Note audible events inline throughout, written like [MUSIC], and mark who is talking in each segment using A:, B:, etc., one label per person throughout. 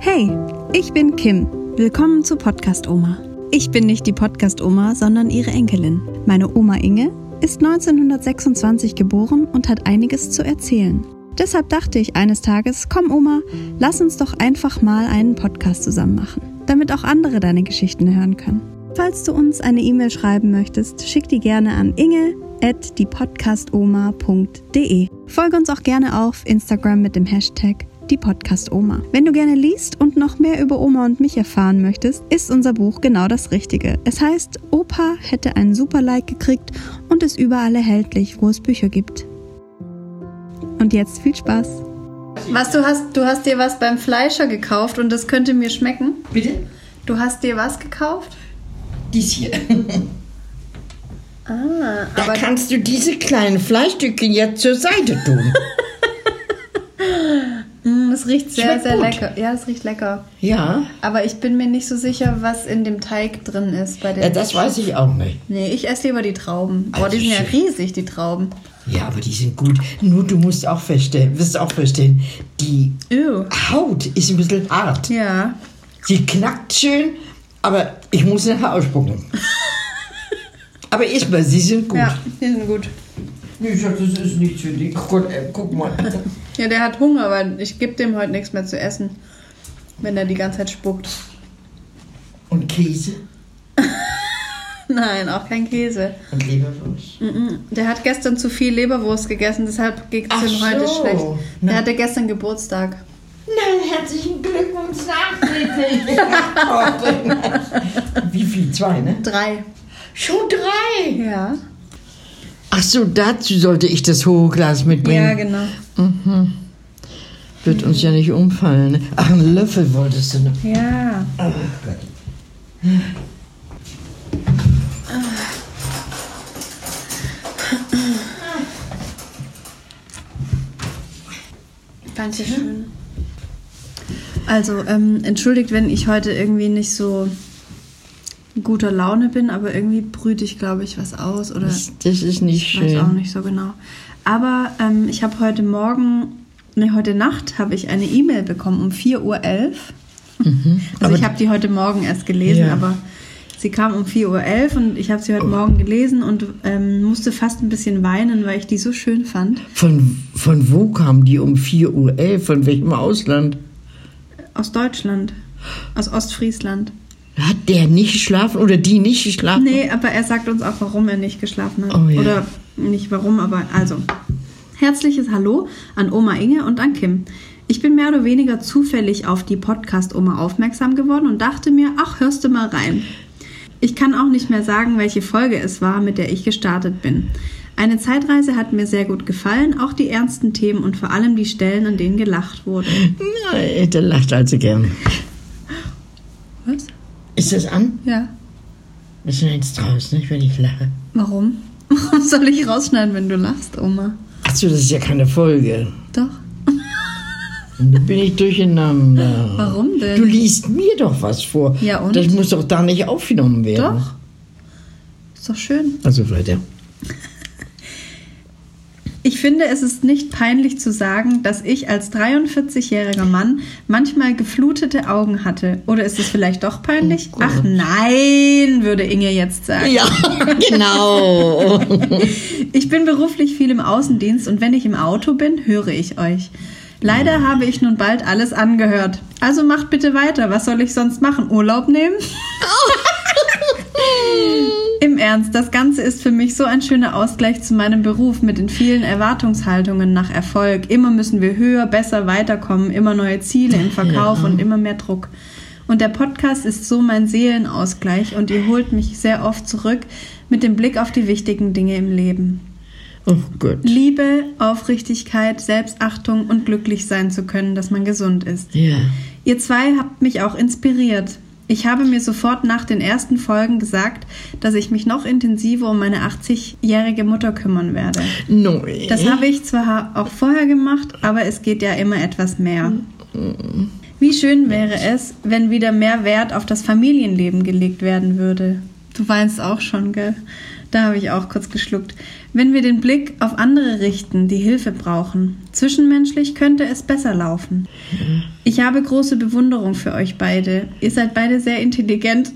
A: Hey, ich bin Kim. Willkommen zu Podcast Oma. Ich bin nicht die Podcast Oma, sondern ihre Enkelin. Meine Oma Inge ist 1926 geboren und hat einiges zu erzählen. Deshalb dachte ich eines Tages, komm Oma, lass uns doch einfach mal einen Podcast zusammen machen, damit auch andere deine Geschichten hören können. Falls du uns eine E-Mail schreiben möchtest, schick die gerne an inge at diepodcastoma.de. Folge uns auch gerne auf Instagram mit dem Hashtag die Podcast Oma. Wenn du gerne liest und noch mehr über Oma und mich erfahren möchtest, ist unser Buch genau das Richtige. Es heißt Opa hätte einen super Like gekriegt und ist überall erhältlich, wo es Bücher gibt. Und jetzt viel Spaß.
B: Was du hast, du hast dir was beim Fleischer gekauft und das könnte mir schmecken.
C: Bitte?
B: Du hast dir was gekauft?
C: Dies hier.
B: Ah,
C: [LAUGHS] Da kannst du diese kleinen Fleischstückchen jetzt zur Seite tun.
B: mh, es riecht sehr,
C: Schmeckt
B: sehr
C: gut.
B: lecker. Ja, es riecht lecker.
C: [LAUGHS] ja,
B: Aber ich bin mir nicht so sicher, was in dem Teig drin ist bei
C: ja,
B: dem.
C: das weiß ich auch nicht.
B: Nee, ich esse lieber die Trauben. Boah,
C: Also
B: die sind ja
C: schön.
B: riesig, die Trauben.
C: Ja, aber die sind gut. Nur du musst auch verstehen, wirst auch verstehen, die
B: Ew.
C: Haut ist ein bisschen hart.
B: Ja.
C: Sie knackt schön, aber ich muss nachher ausspucken. [LAUGHS] aber isst mal, sie sind gut.
B: Ja, die sind gut.
C: Ich sag, das ist nichts für dich. Gott, ey, guck mal.
B: Ja, der hat Hunger, aber ich gebe dem heute nichts mehr zu essen, wenn er die ganze Zeit spuckt. [LAUGHS]
C: Und Käse
B: Nein, auch kein Käse.
C: und Leberwurst.
B: Mhm. Der hat gestern zu viel Leberwurst gegessen, deshalb geht es
C: Ach
B: ihm heute
C: so.
B: schlecht.
C: Na.
B: Der hatte gestern Geburtstag.
C: Na, herzlichen Glückwunsch nachträglich. [LAUGHS] Wie viel? Zwei, ne?
B: Drei.
C: Schon drei.
B: Ja.
C: Ach so, dazu sollte ich das hohe Glas mitbringen.
B: Ja, genau.
C: Wird uns ja nicht umfallen. Ach, einen Löffel wolltest du noch.
B: Ja. Ganz schön. Also, ähm, entschuldigt, wenn ich heute irgendwie nicht so in guter Laune bin, aber irgendwie brüte ich, glaube ich, was aus oder
C: Das, das ist nicht
B: ich weiß auch
C: schön.
B: nicht so genau. Aber ähm, ich habe heute Morgen, nee, heute Nacht habe ich eine E-Mail bekommen um 4.11 Uhr. Also
C: Mhm. aber-
B: ich habe die heute Morgen erst gelesen,
C: Ja. Oh.
B: aber sie kam um 4.11 Uhr und ich habe sie heute Morgen gelesen und ähm, musste fast ein bisschen weinen, weil ich die so schön fand.
C: Von, von wo kam die um 4.11 Uhr? Von welchem Ausland?
B: Aus Deutschland, aus Ostfriesland.
C: Hat der nicht geschlafen oder die nicht geschlafen?
B: Nee, aber er sagt uns auch, warum er nicht geschlafen hat.
C: Oh ja.
B: Oder nicht warum, aber also. Herzliches Hallo an Oma Inge und an Kim. Ich bin mehr oder weniger zufällig auf die Podcast-Oma aufmerksam geworden und dachte mir, ach, hörst du mal rein. Ich kann auch nicht mehr sagen, welche Folge es war, mit der ich gestartet bin. Eine Zeitreise hat mir sehr gut gefallen, auch die ernsten Themen und vor allem die Stellen, an denen gelacht wurde.
C: Nein, der lacht also gern.
B: Was?
C: Ist das an?
B: Ja.
C: Ist mir jetzt draus, nicht, wenn ich lache?
B: Warum? [LAUGHS] Warum soll ich rausschneiden, wenn du lachst, Oma?
C: Achso, das ist ja keine Folge.
B: Doch.
C: Da bin ich durcheinander.
B: Warum denn?
C: Du liest mir doch was vor.
B: Ja, und?
C: Das muss doch da nicht aufgenommen werden.
B: Doch. Ist doch schön.
C: Also weiter.
B: Ich finde, es ist nicht peinlich zu sagen, dass ich als 43-jähriger Mann manchmal geflutete Augen hatte. Oder ist es vielleicht doch peinlich?
C: Oh Gott.
B: Ach nein, würde Inge jetzt sagen. [LAUGHS]
C: Ja, genau.
B: Ich bin beruflich viel im Außendienst und wenn ich im Auto bin, höre ich euch. Leider habe ich nun bald alles angehört. Also macht bitte weiter. Was soll ich sonst machen? Urlaub nehmen? Im Ernst, das Ganze ist für mich so ein schöner Ausgleich zu meinem Beruf mit den vielen Erwartungshaltungen nach Erfolg. Immer müssen wir höher, besser weiterkommen, immer neue Ziele im Verkauf und immer mehr Druck. Und der Podcast ist so mein Seelenausgleich und ihr holt mich sehr oft zurück mit dem Blick auf die wichtigen Dinge im Leben.
C: Oh Gott.
B: Liebe, Aufrichtigkeit, Selbstachtung und glücklich sein zu können, dass man gesund ist.
C: Ja.
B: Ihr zwei habt mich auch inspiriert. Ich habe mir sofort nach den ersten Folgen gesagt, dass ich mich noch intensiver um meine 80-jährige Mutter kümmern werde.
C: No.
B: Das habe ich zwar auch vorher gemacht, aber es geht ja immer etwas mehr. Wie schön wäre es, wenn wieder mehr Wert auf das Familienleben gelegt werden würde. Du weinst auch schon, gell? Da habe ich auch kurz geschluckt. Wenn wir den Blick auf andere richten, die Hilfe brauchen. Zwischenmenschlich könnte es besser laufen. Ich habe große Bewunderung für euch beide. Ihr seid beide sehr intelligent.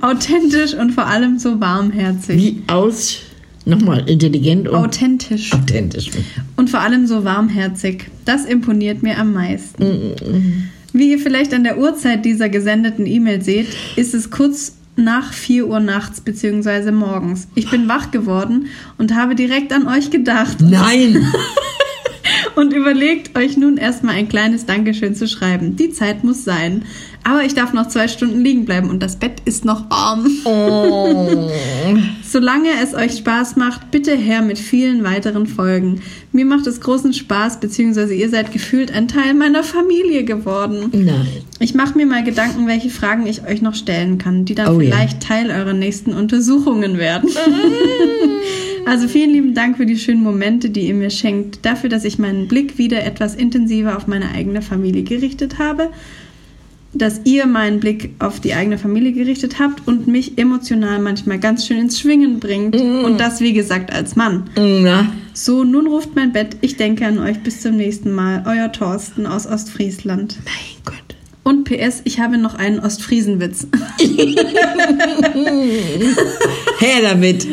B: Authentisch und vor allem so warmherzig.
C: Wie aus, nochmal, intelligent und
B: Authentisch.
C: authentisch.
B: Und vor allem so warmherzig. Das imponiert mir am meisten. Wie ihr vielleicht an der Uhrzeit dieser gesendeten E-Mail seht, ist es kurz nach 4 Uhr nachts bzw. morgens. Ich bin wach geworden und habe direkt an euch gedacht [LAUGHS]
C: Nein!
B: und überlegt, euch nun erstmal ein kleines Dankeschön zu schreiben. Die Zeit muss sein. Aber ich darf noch zwei Stunden liegen bleiben und das Bett ist noch warm. Oh. Solange es euch Spaß macht, bitte her mit vielen weiteren Folgen. Mir macht es großen Spaß, beziehungsweise ihr seid gefühlt ein Teil meiner Familie geworden.
C: Nein.
B: Ich mache mir mal Gedanken, welche Fragen ich euch noch stellen kann, die dann
C: Oh ja.
B: vielleicht Teil eurer nächsten
C: [LAUGHS]
B: Untersuchungen werden. also vielen lieben Dank für die schönen Momente, die ihr mir schenkt, dafür, dass ich meinen Blick wieder etwas intensiver auf meine eigene Familie gerichtet habe, dass ihr meinen Blick auf die eigene Familie gerichtet habt und mich emotional manchmal ganz schön ins Schwingen bringt.
C: Mm.
B: Und das, wie gesagt, als Mann.
C: Na,
B: So, nun ruft mein Bett. Ich denke an euch. Bis zum nächsten Mal. Euer Thorsten aus Ostfriesland.
C: mein Gott.
B: Und PS, ich habe noch einen Ostfriesenwitz.
C: Her damit!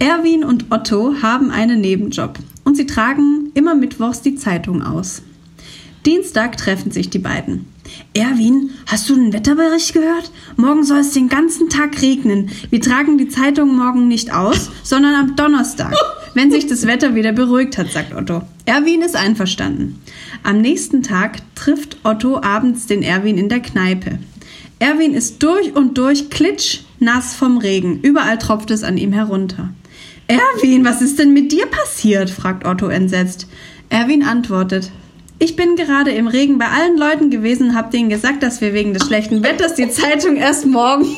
B: Erwin und Otto haben einen Nebenjob und sie tragen immer mittwochs die Zeitung aus. Dienstag treffen sich die beiden. Erwin, hast du den Wetterbericht gehört? Morgen soll es den ganzen Tag regnen. Wir tragen die Zeitung morgen nicht aus, sondern am Donnerstag, wenn sich das Wetter wieder beruhigt hat, sagt Otto. Erwin ist einverstanden. Am nächsten Tag trifft Otto abends den Erwin in der Kneipe. Erwin ist durch und durch klitschnass vom Regen. Überall tropft es an ihm herunter. Erwin, was ist denn mit dir passiert? fragt Otto entsetzt. Erwin antwortet. Ich bin gerade im Regen bei allen Leuten gewesen und habe denen gesagt, dass wir wegen des schlechten Wetters die Zeitung erst morgen. [LAUGHS]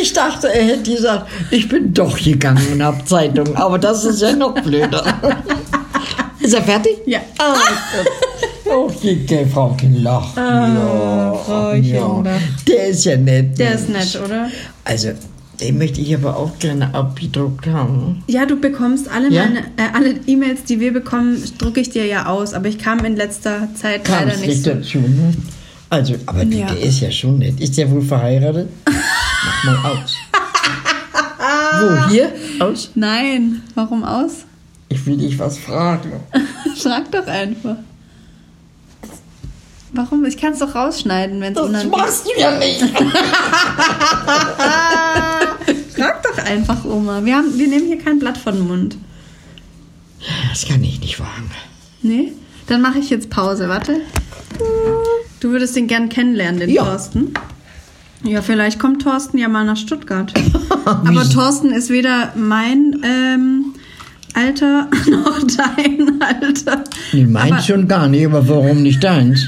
C: Ich dachte, er hätte gesagt, ich bin doch gegangen und hab Zeitung. Aber das ist ja noch
B: [LAUGHS]
C: blöder. Ist er fertig?
B: Ja.
C: [LAUGHS] Oh, die Frau Knoch. ja,
B: Ah, Frauchen Lach.
C: Der ist ja nett.
B: Der ist nett, oder?
C: Also, den möchte ich aber auch gerne abgedruckt haben.
B: Ja, du bekommst alle
C: Ja?
B: meine äh, alle E-Mails, die wir bekommen, drucke ich dir ja aus. Aber ich kam in letzter Zeit
C: Kam
B: leider
C: es
B: nicht
C: nicht
B: so.
C: dazu. Ne? Also, aber die-
B: Ja.
C: der ist ja schon nett. Ist der wohl
B: [LAUGHS]
C: verheiratet? Mach mal aus. Wo, hier? Aus?
B: Nein, warum aus? [LAUGHS]
C: Ich will dich was fragen.
B: Also, Frag doch einfach. Warum? Ich kann es doch rausschneiden, wenn es
C: Das
B: unangenehm ist.
C: machst du ja nicht.
B: Frag doch einfach, Oma. Wir, haben, wir nehmen hier kein Blatt von den Mund.
C: Das kann ich nicht wagen.
B: Nee? Dann mache ich jetzt Pause. Warte. Du würdest den gern kennenlernen, den
C: Ja.
B: Thorsten. Ja, vielleicht kommt Thorsten ja mal nach Stuttgart. Aber Thorsten ist weder mein ähm, Alter [LAUGHS] noch dein Alter.
C: Nee, meins schon gar nicht, aber warum nicht deins?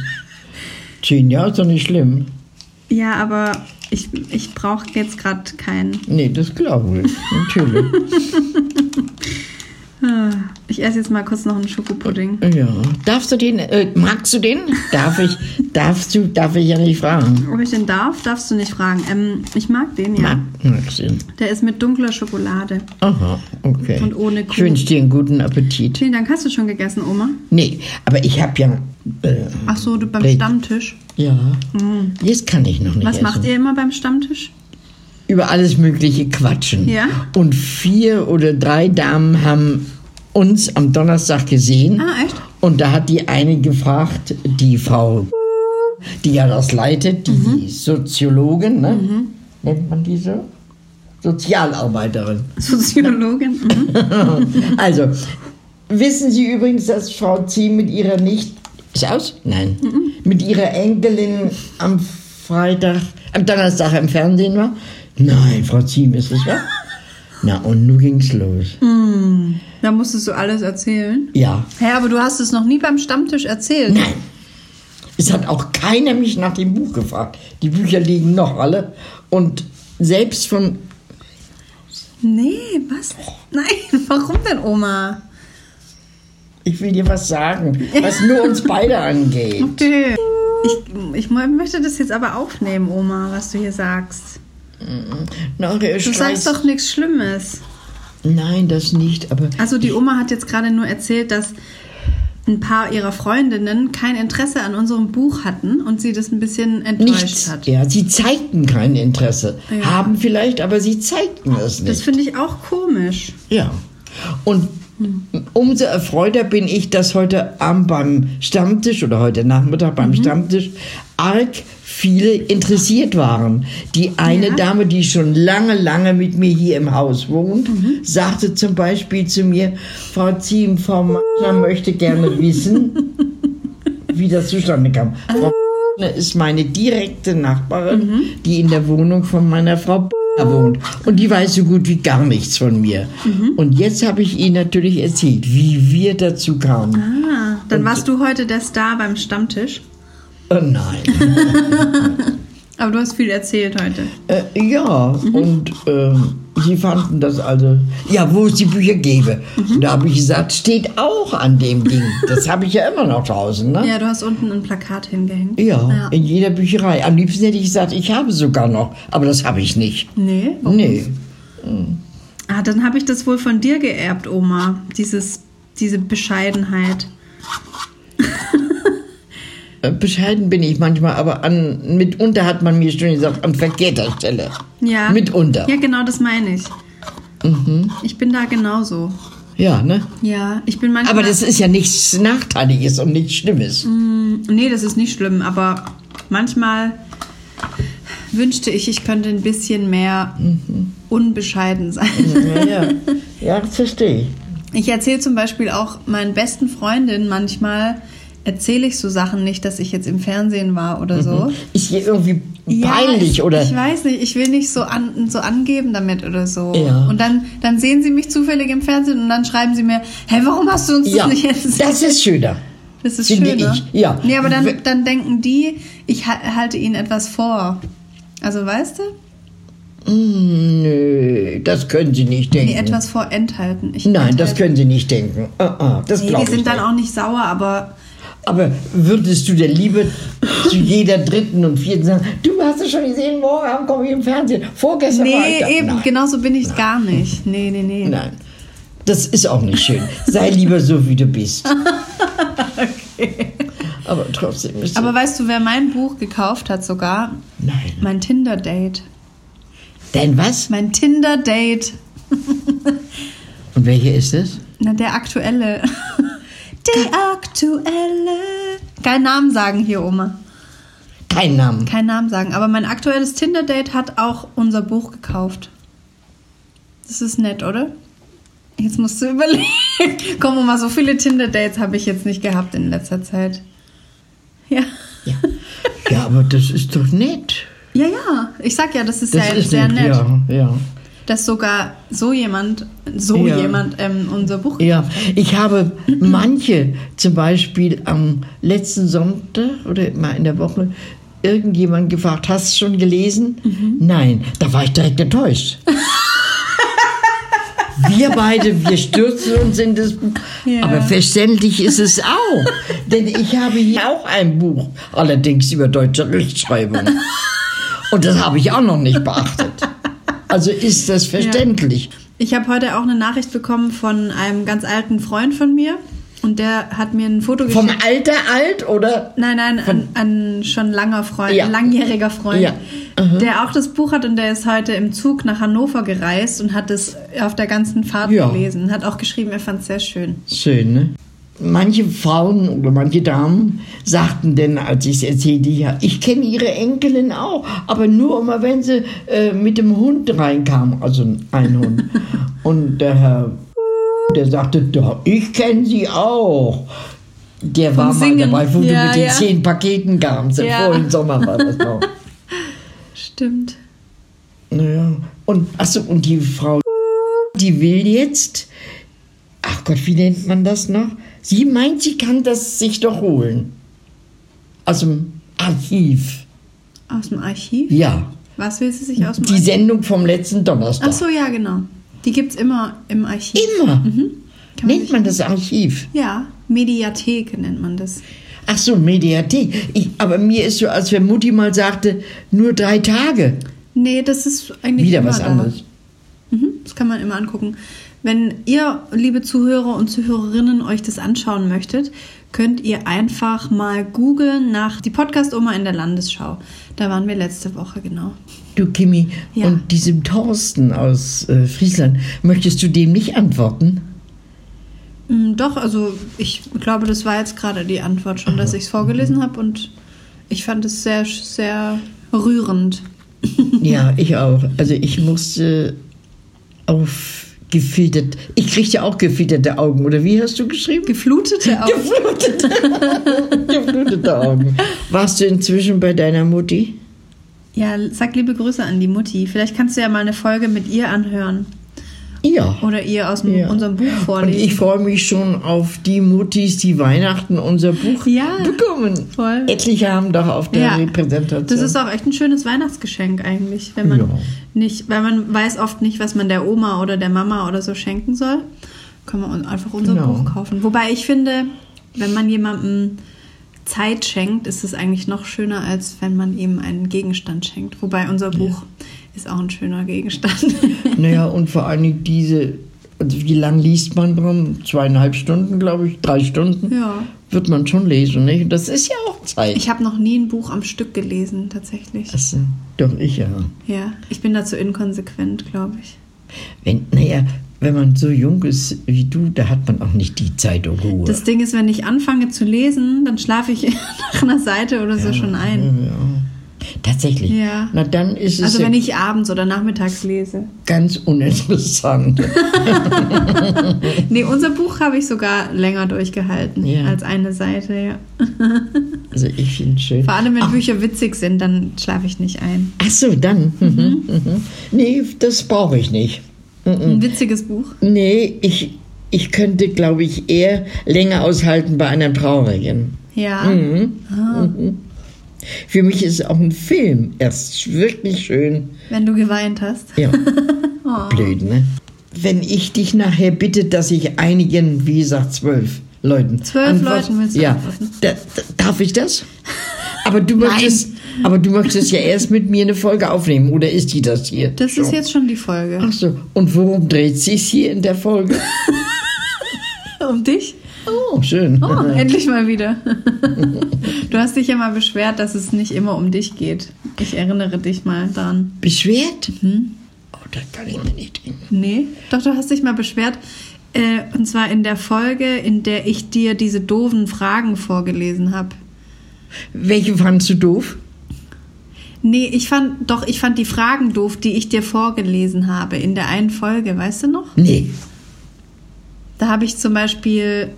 C: Zehn Jahre ist doch nicht schlimm.
B: Ja, aber ich, ich brauche jetzt gerade keinen.
C: Nee, das glaube ich. [LAUGHS] Natürlich.
B: Ah, Ich esse jetzt mal kurz noch einen Schokopudding.
C: ja. Darfst du den, äh, magst du den? Darf ich, darfst du, darf ich ja nicht fragen. Ah,
B: Ob ich den darf, darfst du nicht fragen. Ähm, ich mag den, ja.
C: Mag, magst du ihn?
B: Der ist mit dunkler Schokolade.
C: Aha, okay.
B: Und ohne Kuh.
C: Ich wünsche dir einen guten Appetit.
B: Vielen Dank. Hast du schon gegessen, Oma?
C: Nee, aber ich habe ja, äh,
B: Ach so, du beim
C: Blät.
B: Stammtisch.
C: ja,
B: Mm.
C: jetzt kann ich noch nicht
B: Was
C: essen.
B: macht ihr immer beim Stammtisch? [LAUGHS]
C: über alles Mögliche quatschen.
B: Ja.
C: Und vier oder drei Damen haben uns am Donnerstag gesehen.
B: Ah, echt?
C: Und da hat die eine gefragt, die Frau, die ja das leitet, die
B: Mhm.
C: Soziologin, ne? nennt man die so? Sozialarbeiterin.
B: Soziologin. Mhm.
C: Also, wissen Sie übrigens, dass Frau C. mit ihrer nicht. Ist aus? Nein.
B: Mhm.
C: Mit ihrer Enkelin am Freitag, am Donnerstag im Fernsehen war? Nein, Frau Ziem, ist es wahr? Na, und nun ging's los.
B: Mhm. Da musstest du alles erzählen.
C: Ja.
B: Hä, aber du hast es noch nie beim Stammtisch erzählt.
C: Nein. Es hat auch keiner mich nach dem Buch gefragt. Die Bücher liegen noch alle. Und selbst von.
B: [LAUGHS] Nee, was? Nein, warum denn, Oma?
C: Ich will dir was sagen, was nur uns
B: [LAUGHS]
C: beide angeht.
B: Okay. Ich, ich mo- möchte das jetzt aber aufnehmen, Oma, was du hier sagst.
C: Nachher
B: Du sagst doch nichts Schlimmes.
C: äh, Nein, das nicht, aber
B: Also die Oma hat jetzt gerade nur erzählt, dass ein paar ihrer Freundinnen kein Interesse an unserem Buch hatten und sie das ein bisschen enttäuscht
C: nichts.
B: hat.
C: Ja, sie zeigten kein Interesse.
B: Ja.
C: Haben vielleicht, aber sie zeigten es
B: Das
C: nicht.
B: finde ich auch komisch.
C: ja. Und
B: Hm.
C: umso erfreuter bin ich, dass heute Abend beim Stammtisch oder heute Nachmittag
B: Mhm.
C: beim Stammtisch arg viele interessiert waren. Die eine
B: Ja.
C: Dame, die schon lange, lange mit mir hier im Haus wohnt,
B: Mhm.
C: sagte zum Beispiel zu mir, Frau Ziem, Frau Machner möchte gerne wissen, wie das zustande kam. Frau Bachner ist meine direkte Nachbarin, die in der Wohnung von meiner Frau Bachner wohnt. Und die weiß so gut wie gar nichts von mir. Und jetzt habe ich ihr natürlich erzählt, wie wir dazu kamen.
B: Ah, dann warst du heute der Star beim Stammtisch.
C: Oh nein.
B: Aber du hast viel erzählt heute.
C: Äh, ja, und ähm, sie fanden das also, ja, wo es die Bücher gäbe. Und da habe ich gesagt, steht auch an dem Ding. Das habe ich ja immer noch draußen, ne?
B: Ja, du hast unten ein Plakat hingehängt.
C: Ja, in jeder Bücherei. Am liebsten hätte ich gesagt, ich habe sogar noch, aber das habe ich nicht.
B: Nee.
C: Nee.
B: Ah, dann habe ich das wohl von dir geerbt, Oma. Dieses, diese Bescheidenheit.
C: Äh, Bescheiden bin ich manchmal, aber an, mitunter hat man mir schon gesagt, an verkehrter Stelle.
B: Ja.
C: Mitunter. Mhm.
B: Ja, genau das meine ich. Ich bin da genauso.
C: Ja, ne?
B: Ja, Mhm. ich bin manchmal.
C: Aber das ist ja nichts Nachteiliges und nichts Schlimmes.
B: Nee, das ist nicht schlimm, aber manchmal wünschte ich, ich könnte ein bisschen mehr unbescheiden sein.
C: Mhm. Ja, ja. ja das verstehe ich.
B: Ich erzähle zum Beispiel auch meinen besten Freundinnen manchmal, erzähle ich so Sachen nicht, dass ich jetzt im Fernsehen war oder so.
C: Ist hier irgendwie Mhm. peinlich
B: ich,
C: oder.
B: Ich weiß nicht, ich will nicht so, an, so angeben damit oder so.
C: Ja.
B: Und dann, dann sehen sie mich zufällig im Fernsehen und dann schreiben sie mir, hä, warum hast du uns
C: ja,
B: das nicht erzählt?
C: das ist schöner.
B: Das ist
C: finde
B: schön, ne?
C: ich. Ja.
B: Nee, aber
C: We-
B: dann, dann denken die, ich ha- halte ihnen etwas vor. Also, weißt du?
C: Mm, Nö, das können Sie nicht denken.
B: Nee, etwas vor enthalten. Ich
C: Mhm. Nein, das
B: enthalte-
C: können Sie nicht denken. Ah, ah, das
B: Nee,
C: glaube
B: die
C: ich nicht.
B: sind dann auch nicht sauer, aber
C: Aber würdest du der Liebe zu jeder dritten und vierten sagen, du hast es schon gesehen, morgen Abend komme ich im Fernsehen, vorgestern war ich
B: nee,
C: da.
B: eben,
C: Nein.
B: genau so bin ich gar nicht. Nee, nee, nee.
C: Nein, das ist auch nicht schön. Sei lieber so, wie du bist. okay. Aber trotzdem ist
B: Aber weißt du, wer mein Buch gekauft hat sogar?
C: Nein.
B: Mein Tinder-Date.
C: Denn was?
B: Mein Tinder-Date.
C: Und welche ist es?
B: Na, der aktuelle. [LAUGHS] Der aktuelle. Kein Namen sagen hier, Oma.
C: Kein Namen.
B: keinen Namen sagen, aber mein aktuelles Tinder-Date hat auch unser Buch gekauft. Das ist nett, oder? Jetzt musst du [LAUGHS] überlegen. Komm, mal so viele Tinder-Dates habe ich jetzt nicht gehabt in letzter Zeit. Ja.
C: Ja. ja, aber das ist doch nett.
B: Ja, ja. Ich sag ja, das ist
C: Das
B: sehr,
C: ist
B: sehr nett,
C: Ja, ja.
B: dass sogar so jemand, so
C: Ja.
B: jemand ähm, unser Buch.
C: Ja, ich habe manche, zum Beispiel am letzten Sonntag oder mal in der Woche, irgendjemand gefragt, hast du schon gelesen? Nein, da war ich direkt enttäuscht. Wir beide, wir stürzen uns in das Buch.
B: Ja.
C: Aber verständlich ist es auch. Denn ich habe hier auch ein Buch, allerdings über deutsche Rechtschreibung. Und das habe ich auch noch nicht beachtet. Also ist das verständlich.
B: Ich habe heute auch eine Nachricht bekommen von einem ganz alten Freund von mir und der hat mir ein Foto geschickt.
C: Vom Alter alt oder?
B: Nein, nein, ein, ein schon langer Freund,
C: Ja.
B: ein langjähriger Freund,
C: Ja.
B: der auch das Buch hat und der ist heute im Zug nach Hannover gereist und hat es auf der ganzen Fahrt
C: Ja.
B: gelesen und hat auch geschrieben, er fand es sehr schön.
C: Schön, ne? Manche Frauen oder manche Damen sagten denn, als ich es erzählte, ja, ich kenne ihre Enkelin auch, aber nur immer, wenn sie äh, mit dem Hund reinkam, also ein
B: [LAUGHS]
C: Hund. Und der Herr, der sagte, "Ja, ich kenne sie auch. Der war mal
B: Singen.
C: dabei, wo
B: Ja,
C: du mit den
B: ja.
C: zehn Paketen kamst. Im
B: Ja.
C: vorigen Sommer war das noch.
B: Stimmt.
C: Naja. Und achso, und die Frau, die will jetzt. Ach Gott, wie nennt man das noch? Sie meint, sie kann das sich doch holen. Aus dem Archiv.
B: Aus dem Archiv?
C: Ja.
B: Was will sie sich aus dem
C: Die
B: Archiv?
C: Sendung vom letzten Donnerstag.
B: Ach so, ja, genau. Die gibt's immer im Archiv.
C: Immer.
B: Kann man
C: Nennt man das Archiv?
B: Ja, Mediathek nennt man das.
C: Ach so, Mediathek. Ich, aber mir ist so, als wenn Mutti mal sagte, nur drei Tage.
B: Nee, das ist eigentlich
C: Wieder
B: immer
C: was
B: da.
C: anderes.
B: Mhm, das kann man immer angucken. Wenn ihr, liebe Zuhörer und Zuhörerinnen, euch das anschauen möchtet, könnt ihr einfach mal googeln nach die Podcast-Oma in der Landesschau. Da waren wir letzte Woche, genau.
C: Du Kimi
B: Ja.
C: und diesem Thorsten aus äh, Friesland, möchtest du dem nicht antworten?
B: Mm, Doch, also ich glaube, das war jetzt gerade die Antwort schon, dass ich es vorgelesen habe und ich fand es sehr, sehr rührend.
C: Ja, ich auch. Also ich musste auf gefiltert. Ich kriegte auch gefilterte Augen, oder wie hast du
B: [LAUGHS]
C: geschrieben? [LAUGHS]
B: Geflutete Augen.
C: Geflutete, geflutete Augen. Warst du inzwischen bei deiner Mutti?
B: Ja, sag liebe Grüße an die Mutti. Vielleicht kannst du ja mal eine Folge mit ihr anhören.
C: Ja.
B: Oder ihr aus dem,
C: Ja.
B: unserem Buch
C: Und
B: vorlesen.
C: ich freue mich schon auf die Muttis, die Weihnachten unser Buch
B: Ja,
C: bekommen.
B: voll.
C: Etliche haben doch auf der
B: Ja.
C: Repräsentation.
B: das ist auch echt ein schönes Weihnachtsgeschenk eigentlich, wenn man
C: Ja.
B: nicht, weil man weiß oft nicht, was man der Oma oder der Mama oder so schenken soll. Kann man un- einfach unser
C: Genau.
B: Buch kaufen. Wobei ich finde, wenn man jemandem Zeit schenkt, ist es eigentlich noch schöner, als wenn man ihm einen Gegenstand schenkt. Wobei unser Buch ist auch ein schöner Gegenstand. [LAUGHS]
C: Naja, und vor allen Dingen diese, also wie lange liest man dran? Zweieinhalb Stunden, glaube ich, drei Stunden.
B: Ja.
C: Wird man schon lesen, nicht? Und das ist ja auch Zeit.
B: ich habe noch nie ein Buch am Stück gelesen, tatsächlich.
C: das, äh, doch, ich ja.
B: Ja, ich bin dazu inkonsequent, glaube ich.
C: Wenn, naja, wenn man so jung ist wie du, da hat man auch nicht die Zeit und Ruhe.
B: Das Ding ist, wenn ich anfange zu lesen, dann schlafe ich [LAUGHS] nach einer Seite oder so schon
C: Mhm.
B: ein.
C: Tatsächlich.
B: Ja.
C: Na, dann ist es
B: Also
C: ja
B: wenn ich abends oder nachmittags lese.
C: ganz uninteressant.
B: Nee, unser Buch habe ich sogar länger durchgehalten
C: Ja.
B: als eine Seite, ja.
C: also ich finde es schön.
B: Vor allem, wenn Bücher witzig sind, dann schlafe ich nicht ein.
C: Ach so, dann. Mhm. Mhm. Nee, das brauche ich nicht. Mhm.
B: Ein witziges Buch.
C: Nee, ich, ich könnte, glaube ich, eher länger aushalten bei einem Traurigen.
B: Ja.
C: Mhm. Für mich ist auch ein Film erst wirklich schön.
B: Wenn du geweint hast. [LAUGHS]
C: Ja.
B: Oh.
C: Blöd, ne? Wenn ich dich nachher bitte, dass ich einigen, wie gesagt, zwölf Leuten.
B: Zwölf Leuten willst du
C: Ja.
B: antworten?
C: Da, da, darf ich das? Aber
B: [LAUGHS]
C: du möchtest, aber du möchtest ja erst mit mir eine Folge aufnehmen, oder ist die das hier?
B: Das ist
C: schon?
B: jetzt schon die Folge. [LAUGHS]
C: Ach so, und worum dreht sich hier in der Folge?
B: Um dich?
C: Oh, schön.
B: Oh, endlich mal wieder. Du hast dich ja mal beschwert, dass es nicht immer um dich geht. Ich erinnere dich mal dran.
C: [LAUGHS] Beschwert?
B: Mhm.
C: Oh, das kann ich mir nicht denken.
B: Nee, doch, du hast dich mal beschwert. Äh, und zwar in der Folge, in der ich dir diese doofen Fragen vorgelesen habe.
C: Welche fandst du doof?
B: Nee, ich fand, doch, ich fand die Fragen doof, die ich dir vorgelesen habe in der einen Folge, weißt du noch?
C: Nee.
B: Da habe ich zum Beispiel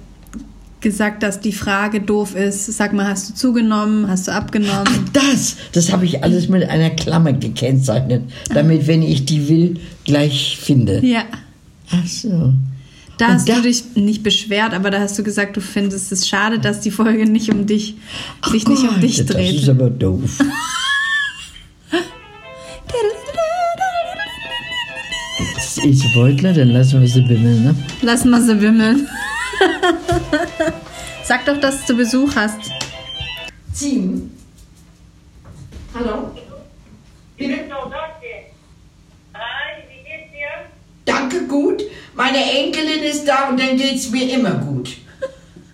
B: gesagt, dass die Frage doof ist. Sag mal, hast du zugenommen? Hast du
C: Ach, [LAUGHS]
B: abgenommen?
C: das! Das habe ich alles mit einer Klammer gekennzeichnet, damit, wenn ich die will, gleich finde.
B: Ja.
C: Ach so.
B: Da
C: Und
B: hast
C: da-
B: du dich nicht beschwert, aber da hast du gesagt, du findest es schade, dass die Folge nicht um dich, sich nicht um
C: Gott,
B: dich
C: Das
B: dreht.
C: ist aber
B: [LAUGHS]
C: doof. Das ist Beutler, dann lassen wir sie bimmeln, ne?
B: Lass mal sie wimmeln. [LAUGHS] Sag doch, dass du Besuch hast.
C: Ziehen. Hallo?
D: Ich bin Frau Dorke. Hi, wie geht's dir?
C: Danke gut. Meine Enkelin ist da und dann geht's mir immer gut.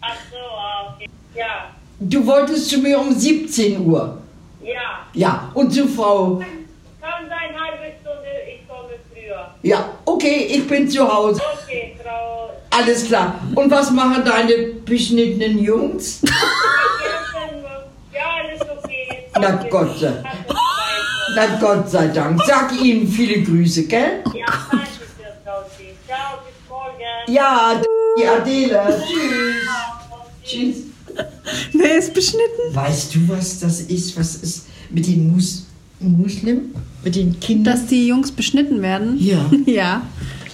D: Ach so, ah, okay. Ja,
C: Du wolltest zu mir um 17 Uhr.
D: ja.
C: Ja, und zu Frau.
D: Kann sein, halbe Stunde, ich komme früher.
C: Ja, okay, ich bin zu Hause.
D: Okay, Frau.
C: Alles klar. Und was machen deine beschnittenen Jungs?
D: Ja, alles okay.
C: Na Gott sei, na Gott sei Dank. Sag ihnen viele Grüße, gell?
D: Ja, danke schön, Frau Dorke. Ciao, bis morgen.
C: Ja, die Adela. Tschüss. Tschüss.
B: Wer ist beschnitten?
C: Weißt du, was das ist? Was ist mit den Mus Muslim? Mit den Kindern?
B: Dass die Jungs beschnitten werden?
C: Ja.
B: [LAUGHS] Ja.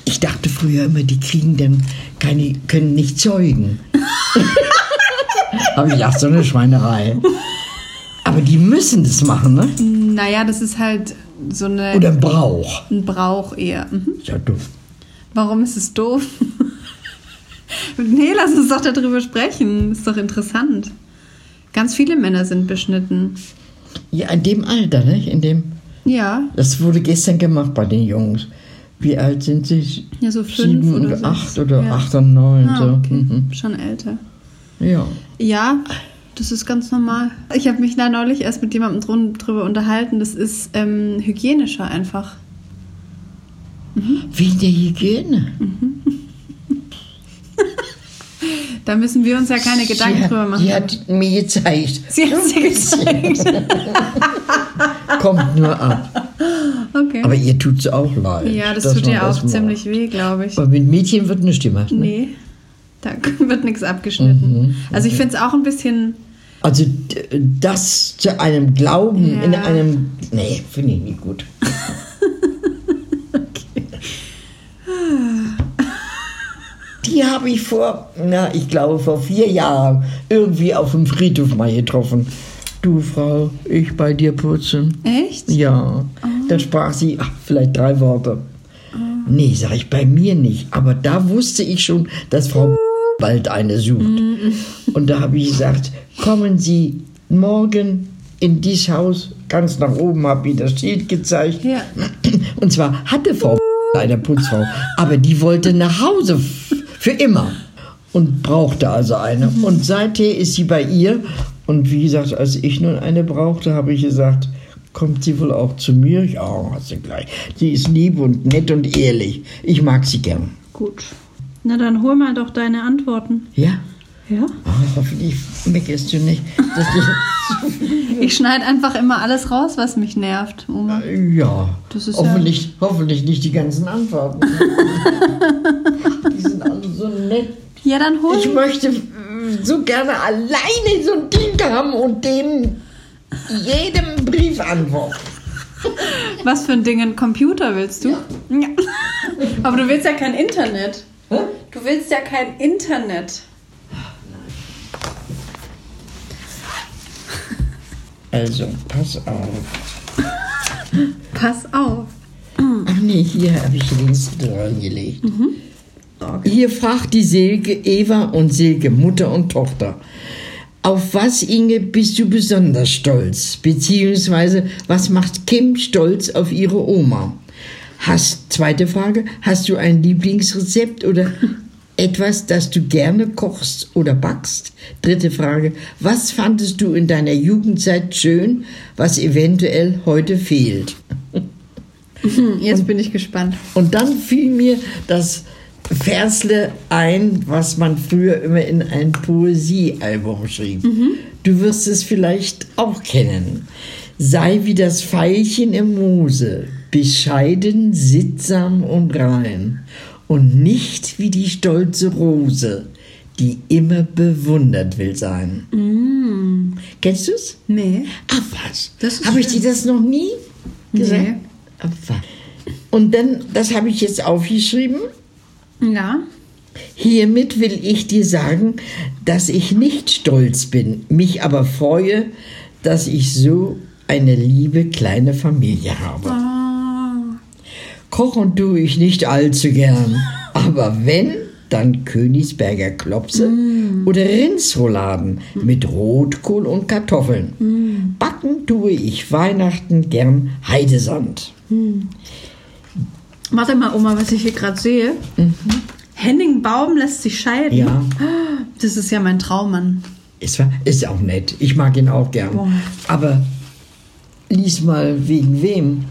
C: Ich dachte früher immer, die kriegen dann keine, können nicht zeugen. [LAUGHS] Aber ich dachte, so eine Schweinerei. Aber die müssen das machen, ne?
B: Naja, das ist halt so eine,
C: Oder Brauch.
B: ein Brauch eher. Mhm.
C: Ja, doof.
B: Warum ist es doof? [LAUGHS] Nee, lass uns doch darüber sprechen. Ist doch interessant. Ganz viele Männer sind beschnitten.
C: Ja, in dem Alter, ne? In dem.
B: Ja,
C: Das wurde gestern gemacht bei den Jungs. Wie alt sind sie?
B: Ja, so fünf
C: Sieben
B: oder sechs.
C: und acht oder
B: Ja.
C: acht und neun. so.
B: ah, okay.
C: Mhm.
B: schon älter.
C: Ja.
B: Ja, das ist ganz normal. Ich habe mich da neulich erst mit jemandem drun- drüber unterhalten. Das ist ähm, hygienischer einfach.
C: Wegen der ne? Hygiene.
B: Da müssen wir uns ja keine Gedanken
C: die hat,
B: drüber machen.
C: Die hat mir gezeigt.
B: Sie hat sie gezeigt.
C: [LAUGHS] Kommt nur ab.
B: Okay.
C: Aber ihr tut's auch leid.
B: ja, das
C: dass
B: tut
C: man
B: dir auch
C: macht.
B: ziemlich weh, glaube ich.
C: Aber mit Mädchen wird nichts gemacht. Ne?
B: Nee, da [LAUGHS] wird nichts abgeschnitten.
C: Mhm,
B: Also ich finde es auch ein bisschen...
C: Also d- das zu einem Glauben in
B: Ja.
C: einem. Nee, finde ich nicht gut. Die habe ich vor, na, ich glaube vor vier Jahren irgendwie auf dem Friedhof mal getroffen. Du Frau, ich bei dir putzen.
B: Echt?
C: Ja. Da sprach sie, ach, vielleicht drei Worte. Nee, sag ich bei mir nicht. Aber da wusste ich schon, dass Frau bald eine sucht. Und da habe ich gesagt, kommen Sie morgen in dieses Haus, ganz nach oben habe ich das Schild gezeigt.
B: Ja.
C: Und zwar hatte Frau eine Putzfrau, aber die wollte nach Hause f- für immer und brauchte also eine.
B: Mhm.
C: Und seither ist sie bei ihr. Und wie gesagt, als ich nun eine brauchte, habe ich gesagt, kommt sie wohl auch zu mir? Ja, hast du gleich. Sie ist lieb und nett und ehrlich. Ich mag sie gern.
B: Gut. Na, dann hol mal doch deine Antworten.
C: Ja?
B: Ja?
C: Oh, hoffentlich meckerst du nicht. Dass
B: [LAUGHS] Ich schneide einfach immer alles raus, was mich nervt, Oh. Oma.
C: die, ja,
B: Das ist ja-
C: hoffentlich, hoffentlich nicht die ganzen
B: [LAUGHS]
C: Antworten. die sind alle so nett.
B: Ja, dann hol.
C: Ich möchte äh, so gerne alleine so einen Diener haben und dem jedem Brief antworten.
B: Was für ein Ding? Ein Computer willst du? Ja. Aber du willst ja kein Internet. Du willst ja kein Internet.
C: Also, pass auf.
B: Pass auf.
C: Ach nee, hier habe ich links dran gelegt. Hier fragt die Silke Eva und Silke, Mutter und Tochter. Auf was, Inge, bist du besonders stolz? Beziehungsweise, was macht Kim stolz auf ihre Oma? Hast, zweite Frage, hast du ein Lieblingsrezept oder etwas, das du gerne kochst oder backst? Dritte Frage, was fandest du in deiner Jugendzeit schön, was eventuell heute fehlt?
B: Hm, jetzt bin ich gespannt.
C: Und dann fiel mir das Versle ein, was man früher immer in ein Poesiealbum schrieb. Du wirst es vielleicht auch kennen. Sei wie das Veilchen im Moose, bescheiden, sittsam und rein. Und nicht wie die stolze Rose, die immer bewundert will sein. Kennst du es?
B: Nee.
C: Ach Ah, was,
B: Das ist
C: habe ich dir das noch nie gesagt?
B: Nee.
C: Ach was. Und dann, das habe ich jetzt aufgeschrieben.
B: Ja.
C: Hiermit will ich dir sagen, dass ich nicht stolz bin, mich aber freue, dass ich so eine liebe kleine Familie habe. Kochen tue ich nicht allzu gern, aber wenn, dann Königsberger Klopse oder Rindsrouladen mit Rotkohl und Kartoffeln. Backen tue ich Weihnachten gern Heidesand.
B: Warte mal, Oma, was ich hier gerade sehe. Henning Baum lässt sich scheiden.
C: Mhm. Ja.
B: Das ist ja mein Traummann.
C: Ist, wa- ist auch nett. Ich mag ihn auch gern.
B: Boah.
C: Aber lies mal wegen wem.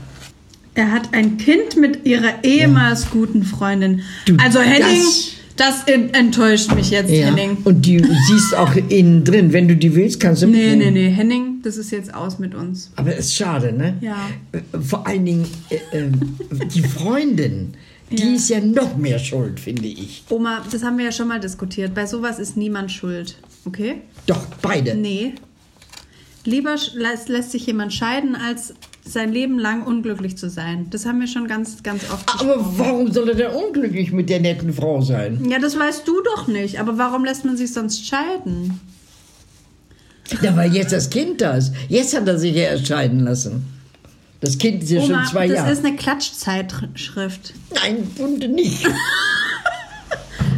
B: Er hat ein Kind mit ihrer ehemals guten Freundin.
C: Du,
B: also Henning,
C: das-
B: das, en- enttäuscht mich jetzt, Henning.
C: Und du siehst auch innen drin. Wenn du die willst, kannst du
B: Nee,
C: mitnehmen.
B: nee, nee, Henning, das ist jetzt aus mit uns.
C: Aber ist schade, ne?
B: Ja.
C: Äh, Vor allen Dingen äh, äh, die Freundin, die ist ja noch mehr schuld, finde ich.
B: Oma, das haben wir ja schon mal diskutiert. Bei sowas ist niemand schuld, okay?
C: Doch, beide.
B: Nee. Lieber sch- lässt, lässt sich jemand scheiden, als sein Leben lang unglücklich zu sein. Das haben wir schon ganz, ganz oft
C: Aber
B: besprochen.
C: warum soll er denn unglücklich mit der netten Frau sein?
B: Ja, das weißt du doch nicht. Aber warum lässt man sich sonst scheiden?
C: Ja, weil jetzt das Kind da ist. Jetzt hat er sich ja erst scheiden lassen. Das Kind ist ja
B: Oma,
C: schon zwei
B: das
C: Jahre.
B: ist eine Klatschzeitschrift.
C: Nein, Bunde nicht.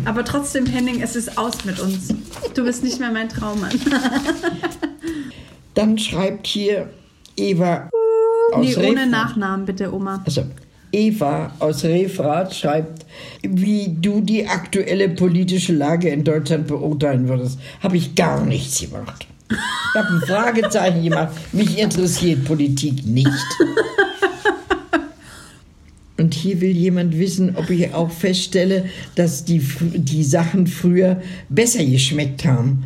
B: Aber trotzdem, Henning, es ist aus mit uns. Du bist nicht mehr mein Traummann.
C: Dann schreibt hier Eva aus
B: Nee, ohne
C: Refrath.
B: Nachnamen bitte, Oma.
C: Also, Eva aus Refrath schreibt, wie du die aktuelle politische Lage in Deutschland beurteilen würdest. Habe ich gar nichts gemacht. Ich habe ein Fragezeichen gemacht. Mich interessiert Politik nicht. Und hier will jemand wissen, ob ich auch feststelle, dass die, fr- die Sachen früher besser geschmeckt haben.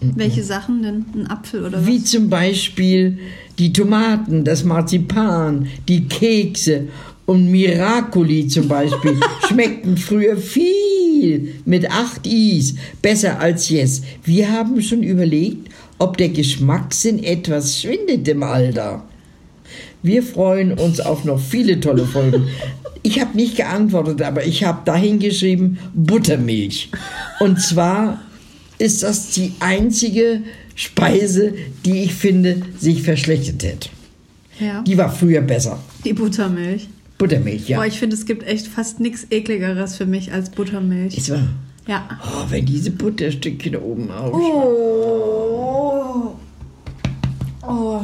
B: Welche Sachen denn? Ein Apfel oder was?
C: Wie zum Beispiel die Tomaten, das Marzipan, die Kekse und Miracoli zum
B: [LAUGHS]
C: Beispiel schmeckten früher viel mit 8 Is besser als jetzt. Wir haben schon überlegt, ob der Geschmackssinn etwas schwindet im Alter. Wir freuen uns auf noch viele tolle Folgen. Ich habe nicht geantwortet, aber ich habe dahin geschrieben Buttermilch. Und zwar ist das die einzige Speise, die ich finde, sich verschlechtert hat.
B: Ja.
C: Die war früher besser.
B: Die Buttermilch.
C: Buttermilch, ja.
B: Boah, ich finde, es gibt echt fast nichts ekligeres für mich als Buttermilch.
C: Ist wahr.
B: Ja.
C: Oh, wenn diese Butterstückchen da oben auf.
B: Uh, Oh. Oh.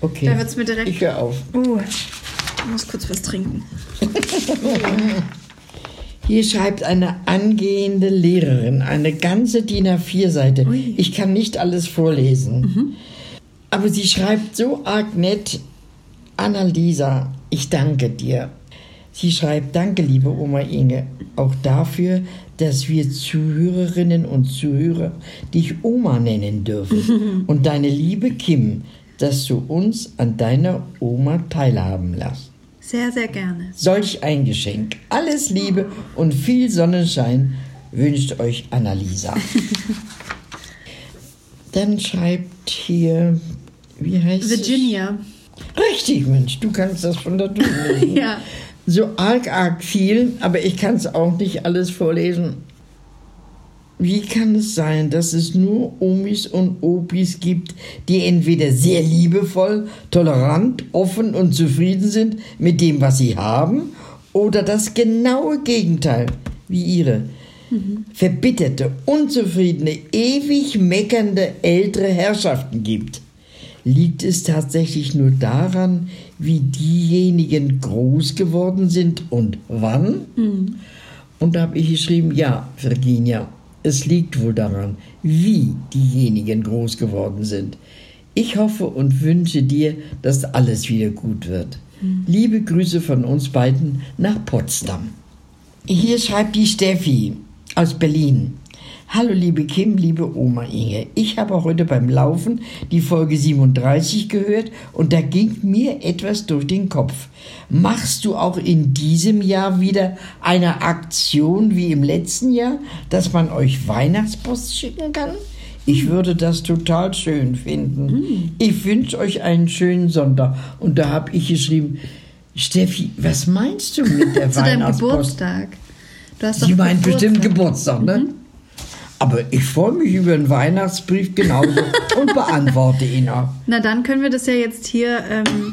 C: okay.
B: da wird's mir direkt-
C: Ich höre auf.
B: Oh. Ich muss kurz was trinken.
C: Hier schreibt eine angehende Lehrerin eine ganze DIN A4-Seite.
B: Ui.
C: Ich kann nicht alles vorlesen. Aber sie schreibt so arg nett, Annalisa, ich danke dir. Sie schreibt, danke, liebe Oma Inge, auch dafür, dass wir Zuhörerinnen und Zuhörer dich Oma nennen dürfen und deine liebe Kim, dass du uns an deiner Oma teilhaben lässt.
B: Sehr, sehr gerne.
C: Solch ein Geschenk. Alles Liebe und viel Sonnenschein wünscht euch Annalisa. Dann schreibt hier, wie heißt sie?
B: Virginia.
C: Richtig, Mensch, du kannst das von der Tür
B: [LAUGHS]
C: lesen.
B: Ja.
C: So arg, arg viel, aber ich kann es auch nicht alles vorlesen. Wie kann es sein, dass es nur Omis und Opis gibt, die entweder sehr liebevoll, tolerant, offen und zufrieden sind mit dem, was sie haben, oder das genaue Gegenteil, wie ihre? Verbitterte, unzufriedene, ewig meckernde ältere Herrschaften gibt. Liegt es tatsächlich nur daran, wie diejenigen groß geworden sind und wann? Und da habe ich geschrieben, ja, Virginia, es liegt wohl daran, wie diejenigen groß geworden sind. Ich hoffe und wünsche dir, dass alles wieder gut wird. Liebe Grüße von uns beiden nach Potsdam. Hier schreibt die Steffi aus Berlin. Hallo liebe Kim, liebe Oma Inge. Ich habe heute beim Laufen die Folge 37 gehört und da ging mir etwas durch den Kopf. Machst du auch in diesem Jahr wieder eine Aktion wie im letzten Jahr, dass man euch Weihnachtspost schicken kann?
B: Hm.
C: Ich würde das total schön finden. Ich wünsche euch einen schönen Sonntag. Und da habe ich geschrieben, Steffi, was meinst du mit der
B: [LAUGHS] Zu deinem
C: Weihnachtspost?
B: Geburtstag. Du hast doch
C: Sie meint
B: Geburtstag. Mhm.
C: bestimmt Geburtstag, ne? Aber ich freue mich über einen Weihnachtsbrief genauso
B: [LAUGHS]
C: und beantworte ihn auch.
B: Na, dann können wir das ja jetzt hier [LAUGHS] ähm,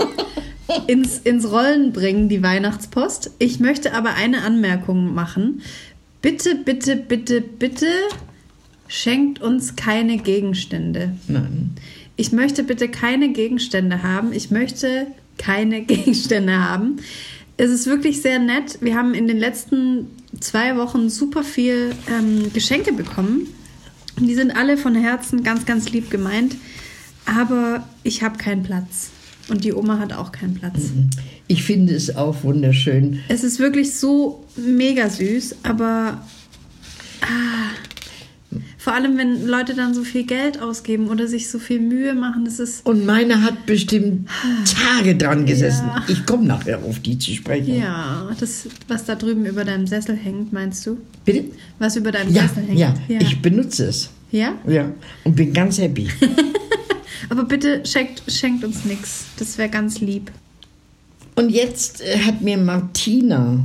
B: ins, ins Rollen bringen, die Weihnachtspost. Ich möchte aber eine Anmerkung machen. Bitte, bitte, bitte, bitte schenkt uns keine Gegenstände.
C: Nein.
B: Ich möchte bitte keine Gegenstände haben. Ich möchte keine [LAUGHS] Gegenstände haben. Es ist wirklich sehr nett. Wir haben in den letzten zwei Wochen super viel ähm, Geschenke bekommen. Die sind alle von Herzen ganz, ganz lieb gemeint. Aber ich habe keinen Platz. Und die Oma hat auch keinen Platz.
C: Ich finde es auch wunderschön.
B: Es ist wirklich so mega süß, aber ah, vor allem, wenn Leute dann so viel Geld ausgeben oder sich so viel Mühe machen, das ist
C: Und meine hat bestimmt Tage dran gesessen. Ich komme nachher auf die zu sprechen.
B: Ja, das, was da drüben über deinem Sessel hängt, meinst du?
C: Bitte?
B: Was über deinem
C: Ja,
B: Sessel hängt?
C: ja,
B: ja.
C: ich benutze es.
B: ja?
C: Ja, und bin ganz
B: [LAUGHS]
C: happy.
B: Aber bitte schenkt, schenkt uns nichts. Das wäre ganz lieb.
C: Und jetzt äh, hat mir Martina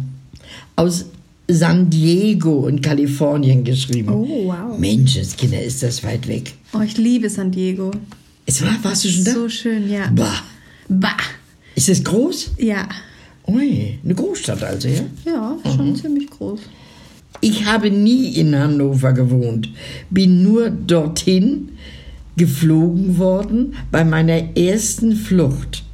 C: aus San Diego in Kalifornien geschrieben.
B: Oh, wow.
C: Menschenskinder, ist das weit weg.
B: Oh, ich liebe San Diego.
C: Es war, warst du schon da?
B: So schön, ja.
C: Bah.
B: Bah.
C: Ist das groß?
B: Ja.
C: Ui, eine Großstadt also, ja?
B: Ja, schon ziemlich groß.
C: Ich habe nie in Hannover gewohnt, bin nur dorthin geflogen worden bei meiner ersten Flucht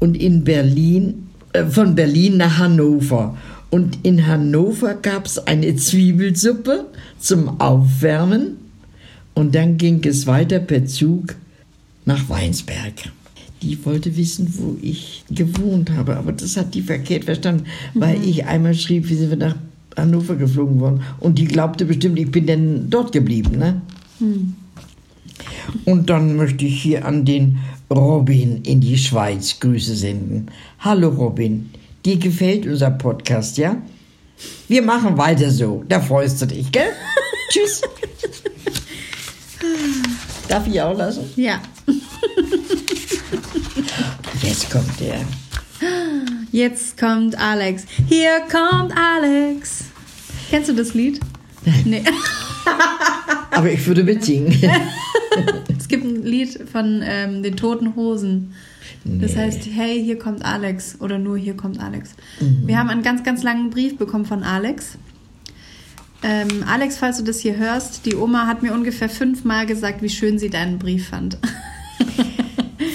C: und in Berlin äh, von Berlin nach Hannover. Und in Hannover gab es eine Zwiebelsuppe zum Aufwärmen und dann ging es weiter per Zug nach Weinsberg. Die wollte wissen, wo ich gewohnt habe, aber das hat die verkehrt verstanden, weil ich einmal schrieb, wie sind wir nach Hannover geflogen worden und die glaubte bestimmt, ich bin denn dort geblieben, ne? Und dann möchte ich hier an den Robin in die Schweiz Grüße senden. Hallo Robin, dir gefällt unser Podcast, ja? Wir machen weiter so. Da freust du dich, gell? Tschüss. Darf ich auch lassen?
B: Ja.
C: Jetzt kommt der.
B: Jetzt kommt Alex. Hier kommt Alex. Kennst du das Lied? Nein. Nee.
C: Aber ich würde mitsingen.
B: Es gibt ein Lied von ähm, den Toten Hosen. Das heißt, hey, hier kommt Alex oder nur hier kommt Alex.
C: Mhm.
B: Wir haben einen ganz, ganz langen Brief bekommen von Alex. Ähm, Alex, falls du das hier hörst, die Oma hat mir ungefähr fünfmal gesagt, wie schön sie deinen Brief fand. [LAUGHS]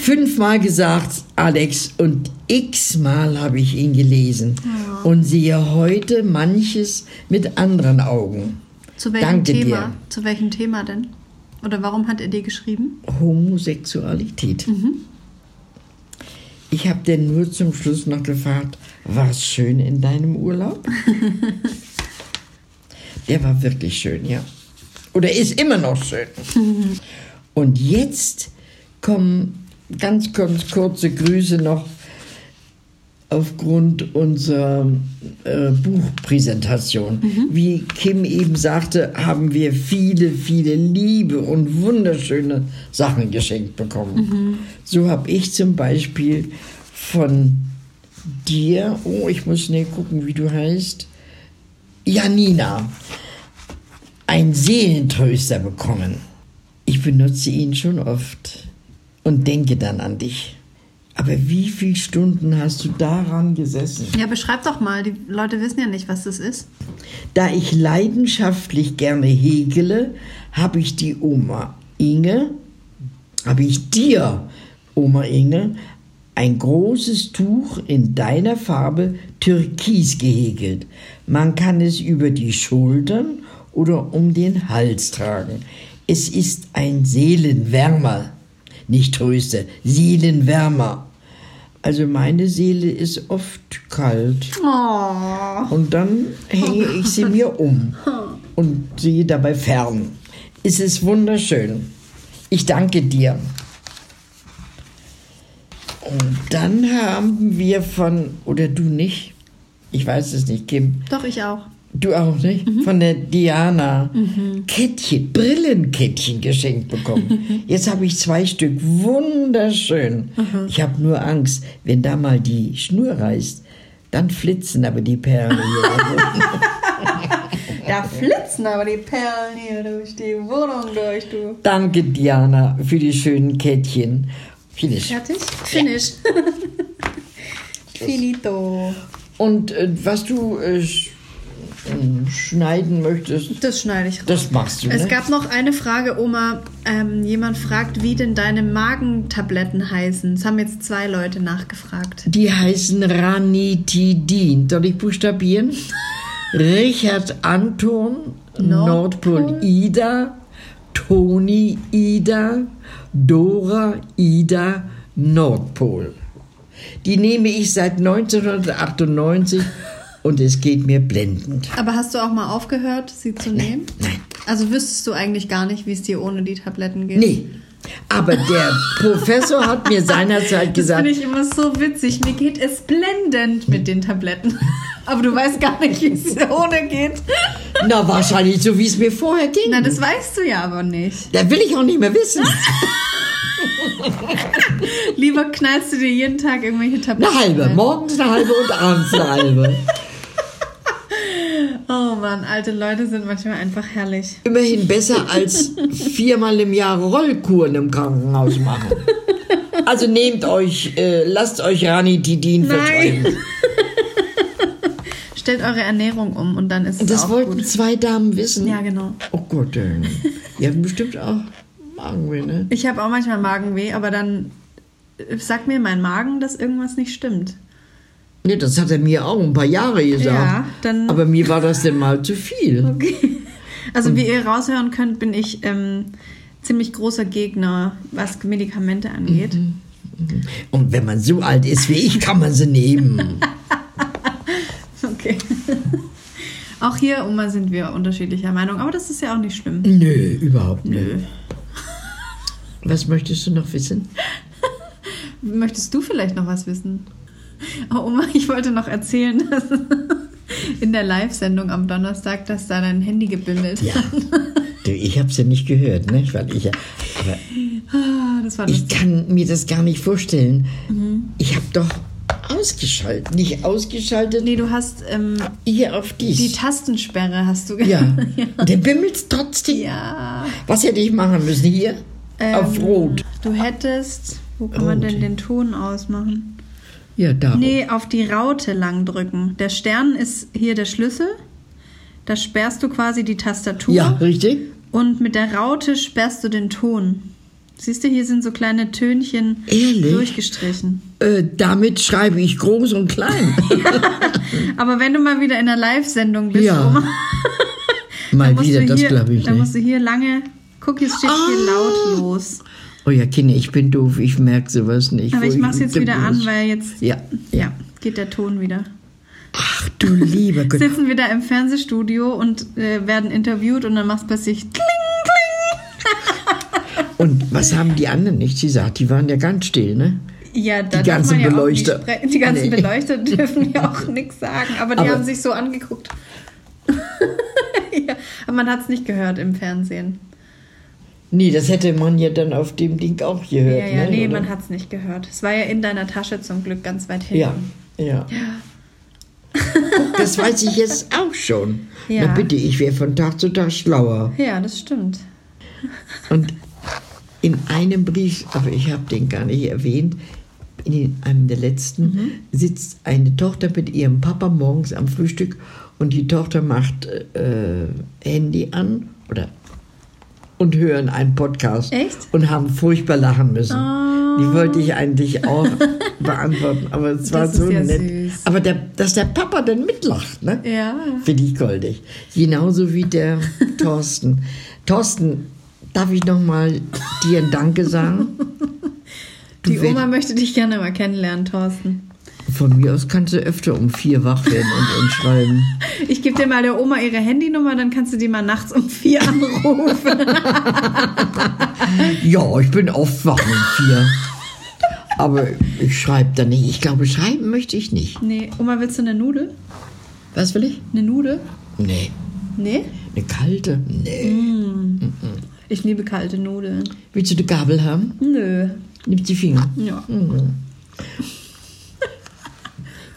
C: Fünfmal gesagt, Alex, und x-mal habe ich ihn gelesen und sehe heute manches mit anderen Augen.
B: Zu welchem
C: Danke
B: Thema?
C: dir.
B: Zu welchem Thema denn? Oder warum hat er dir geschrieben?
C: Homosexualität. Ich habe denn nur zum Schluss noch gefragt, war es schön in deinem Urlaub? Der war wirklich schön, ja. Oder ist immer noch schön. Und jetzt kommen ganz, ganz kurze Grüße noch aufgrund unserer äh, Buchpräsentation. Wie Kim eben sagte, haben wir viele, viele liebe und wunderschöne Sachen geschenkt bekommen. So habe ich zum Beispiel von dir, oh, ich muss schnell gucken, wie du heißt, Janina, einen Seelentröster bekommen. Ich benutze ihn schon oft und denke dann an dich. Aber wie viele Stunden hast du daran gesessen?
B: Ja, beschreib doch mal. Die Leute wissen ja nicht, was das ist.
C: Da ich leidenschaftlich gerne häkele, habe ich die Oma Inge, habe ich dir, Oma Inge, ein großes Tuch in deiner Farbe Türkis gehäkelt. Man kann es über die Schultern oder um den Hals tragen. Es ist ein Seelenwärmer, nicht Tröster, Seelenwärmer. Also meine Seele ist oft kalt.
B: Oh.
C: Und dann hänge ich sie mir um und sehe dabei fern. Es ist wunderschön. Ich danke dir. Und dann haben wir von, oder du nicht, ich weiß es nicht, Kim,
B: Doch, ich auch.
C: du auch nicht, von der Diana Kettchen, Brillenkettchen geschenkt bekommen. Jetzt habe ich zwei Stück, wunderschön. Ich habe nur Angst, wenn da mal die Schnur reißt, dann flitzen aber die Perlen hier.
B: Da flitzen aber die Perlen hier durch die Wohnung durch, du.
C: Danke, Diana, für die schönen Kettchen. Finish.
B: Fertig? [LAUGHS] Finish. Finito.
C: Und äh, was du äh, sch ähm, schneiden möchtest,
B: Das schneide ich raus.
C: das machst du,
B: Es
C: ne?
B: gab noch eine Frage, Oma. Ähm, jemand fragt, wie denn deine Magentabletten heißen. Das haben jetzt zwei Leute nachgefragt.
C: Die heißen Ranitidin. Soll ich buchstabieren? [LAUGHS] Richard Anton,
B: Nordpol.
C: Nordpol, Ida, Toni Ida, Dora Ida, Nordpol. Die nehme ich seit 1998 und es geht mir blendend.
B: Aber hast du auch mal aufgehört, sie zu nehmen?
C: nein.
B: Also wüsstest du eigentlich gar nicht, wie es dir ohne die Tabletten geht?
C: Nee. Aber der
B: [LAUGHS]
C: Professor hat mir seinerzeit
B: Das
C: gesagt,
B: finde ich immer so witzig. Mir geht es blendend mit den Tabletten. [LAUGHS] Aber du weißt gar nicht, wie es dir ohne geht.
C: na wahrscheinlich so, wie es mir vorher ging.
B: Na, das weißt du ja aber nicht.
C: Da will ich auch nicht mehr wissen.
B: [LAUGHS] Lieber knallst du dir jeden Tag irgendwelche Tabletten.
C: Eine halbe,
B: rein.
C: morgens eine halbe und abends eine halbe.
B: Oh Mann, alte Leute sind manchmal einfach herrlich.
C: Immerhin besser als viermal im Jahr Rollkuren im Krankenhaus machen. Also nehmt euch, äh, lasst euch Ranitidin
B: Nein.
C: verschreiben.
B: Stellt eure Ernährung um und dann ist es
C: Das
B: auch
C: wollten
B: gut.
C: zwei Damen wissen.
B: Ja, genau.
C: Oh Gott, ey. die haben bestimmt auch Magenweh, ne?
B: Ich habe auch manchmal Magenweh, aber dann äh, sagt mir mein Magen, dass irgendwas nicht stimmt.
C: Nee, das hat er mir auch ein paar Jahre gesagt.
B: Ja, dann-
C: Aber mir war das denn mal zu viel.
B: Okay. Also wie ihr raushören könnt, bin ich ähm, ziemlich großer Gegner, was Medikamente angeht.
C: Und wenn man so alt ist wie ich, kann man sie nehmen.
B: [LAUGHS] Okay. [LAUGHS] Auch hier, Oma, sind wir unterschiedlicher Meinung, aber das ist ja auch nicht schlimm.
C: [LAUGHS] Nö, überhaupt nicht. Was möchtest du noch wissen?
B: Möchtest du vielleicht noch was wissen? Oh, Oma, ich wollte noch erzählen, dass in der Live-Sendung am Donnerstag, dass da dein Handy gebimmelt
C: Ja.
B: hat.
C: Du, ich hab's ja nicht gehört, ne? Weil ich ja, aber
B: Ah, Das war
C: ich Mhm.
B: lustig.
C: kann mir das gar nicht vorstellen. Ich hab doch ausgeschaltet, nicht ausgeschaltet,
B: Nee, du hast ähm,
C: hier auf dich.
B: die Tastensperre hast du
C: ja.
B: [LAUGHS] ja.
C: Und Der bimmelt trotzdem.
B: ja. Ähm,
C: Was hätte ich machen müssen hier? auf Rot.
B: Du hättest. Wo kann man
C: Rot.
B: denn den Ton ausmachen?
C: Ja, da.
B: Nee, auf die Raute lang drücken. Der Stern ist hier der Schlüssel. Da sperrst du quasi die Tastatur.
C: Ja, richtig.
B: Und mit der Raute sperrst du den Ton. Siehst du, hier sind so kleine Tönchen
C: Ehrlich?
B: durchgestrichen.
C: Äh, damit schreibe ich groß und
B: [LAUGHS]
C: klein.
B: Aber wenn du mal wieder in der Live-Sendung bist,
C: Ja.
B: Oma,
C: Mal
B: musst
C: wieder,
B: du
C: das
B: hier-
C: glaube ich ne? Ah,
B: dann musst
C: nicht.
B: du hier lange. Guck, hier steht hier lautlos.
C: Oh ja, Kinder, ich bin doof, ich merke sowas nicht.
B: Aber
C: wo
B: ich mach's jetzt wieder an,
C: bin.
B: weil jetzt
C: Ja.
B: ja, geht der Ton wieder.
C: Ach du
B: [LAUGHS]
C: lieber Gott.
B: sitzen wir da im Fernsehstudio und äh, werden interviewt und dann machst du plötzlich [LAUGHS] Kling,
C: Und was haben die anderen nicht gesagt? Die waren ja ganz still, ne?
B: Kling. Ja, da
C: Die ganzen
B: darf man ja
C: Beleuchter.
B: Auch nicht sprechen. die ganzen
C: Nee.
B: Beleuchter dürfen
C: [LAUGHS]
B: ja auch nichts sagen, aber die
C: Aber-
B: haben sich so angeguckt. [LAUGHS] ja, aber man hat es nicht gehört im Fernsehen.
C: Nee, das hätte man ja dann auf dem Ding auch gehört.
B: ja, ja,
C: ne?
B: nee,
C: Oder?
B: man hat es nicht gehört. Es war ja in deiner Tasche zum Glück ganz weit hinten.
C: Ja, ja. Guck, das weiß ich jetzt auch schon.
B: [LAUGHS] Ja.
C: Na bitte, ich wäre von Tag zu Tag schlauer.
B: Ja, das stimmt.
C: Und in einem Brief, aber ich habe den gar nicht erwähnt, in einem der letzten
B: Mhm.
C: sitzt eine Tochter mit ihrem Papa morgens am Frühstück und die Tochter macht äh, Handy an oder und hören einen Podcast
B: Echt? Ah.
C: und haben furchtbar lachen müssen. Die wollte ich eigentlich
B: [LAUGHS]
C: auch beantworten, aber es war
B: Das ist
C: so
B: ja
C: nett.
B: süß.
C: Aber der, dass der Papa dann mitlacht, ne?
B: Ja.
C: Finde ich goldig. Genauso wie der Thorsten. Thorsten, darf ich nochmal dir ein Danke sagen? Du
B: Die
C: werd-
B: Oma möchte dich gerne mal kennenlernen, Thorsten.
C: Von mir aus kannst du öfter um vier wach werden und uns schreiben.
B: Ich gebe dir mal der Oma ihre Handynummer, dann kannst du die mal nachts um vier anrufen.
C: Ja, ich bin oft wach um vier. Aber ich schreibe da nicht. Ich glaube, schreiben möchte ich nicht.
B: Nee, Oma, willst du eine Nudel?
C: Was will ich?
B: Eine Nudel?
C: Nee.
B: Nee?
C: Eine kalte? Nee.
B: Ich liebe kalte Nudeln.
C: Willst du eine Gabel haben?
B: Nö.
C: Nimm die Finger.
B: Ja.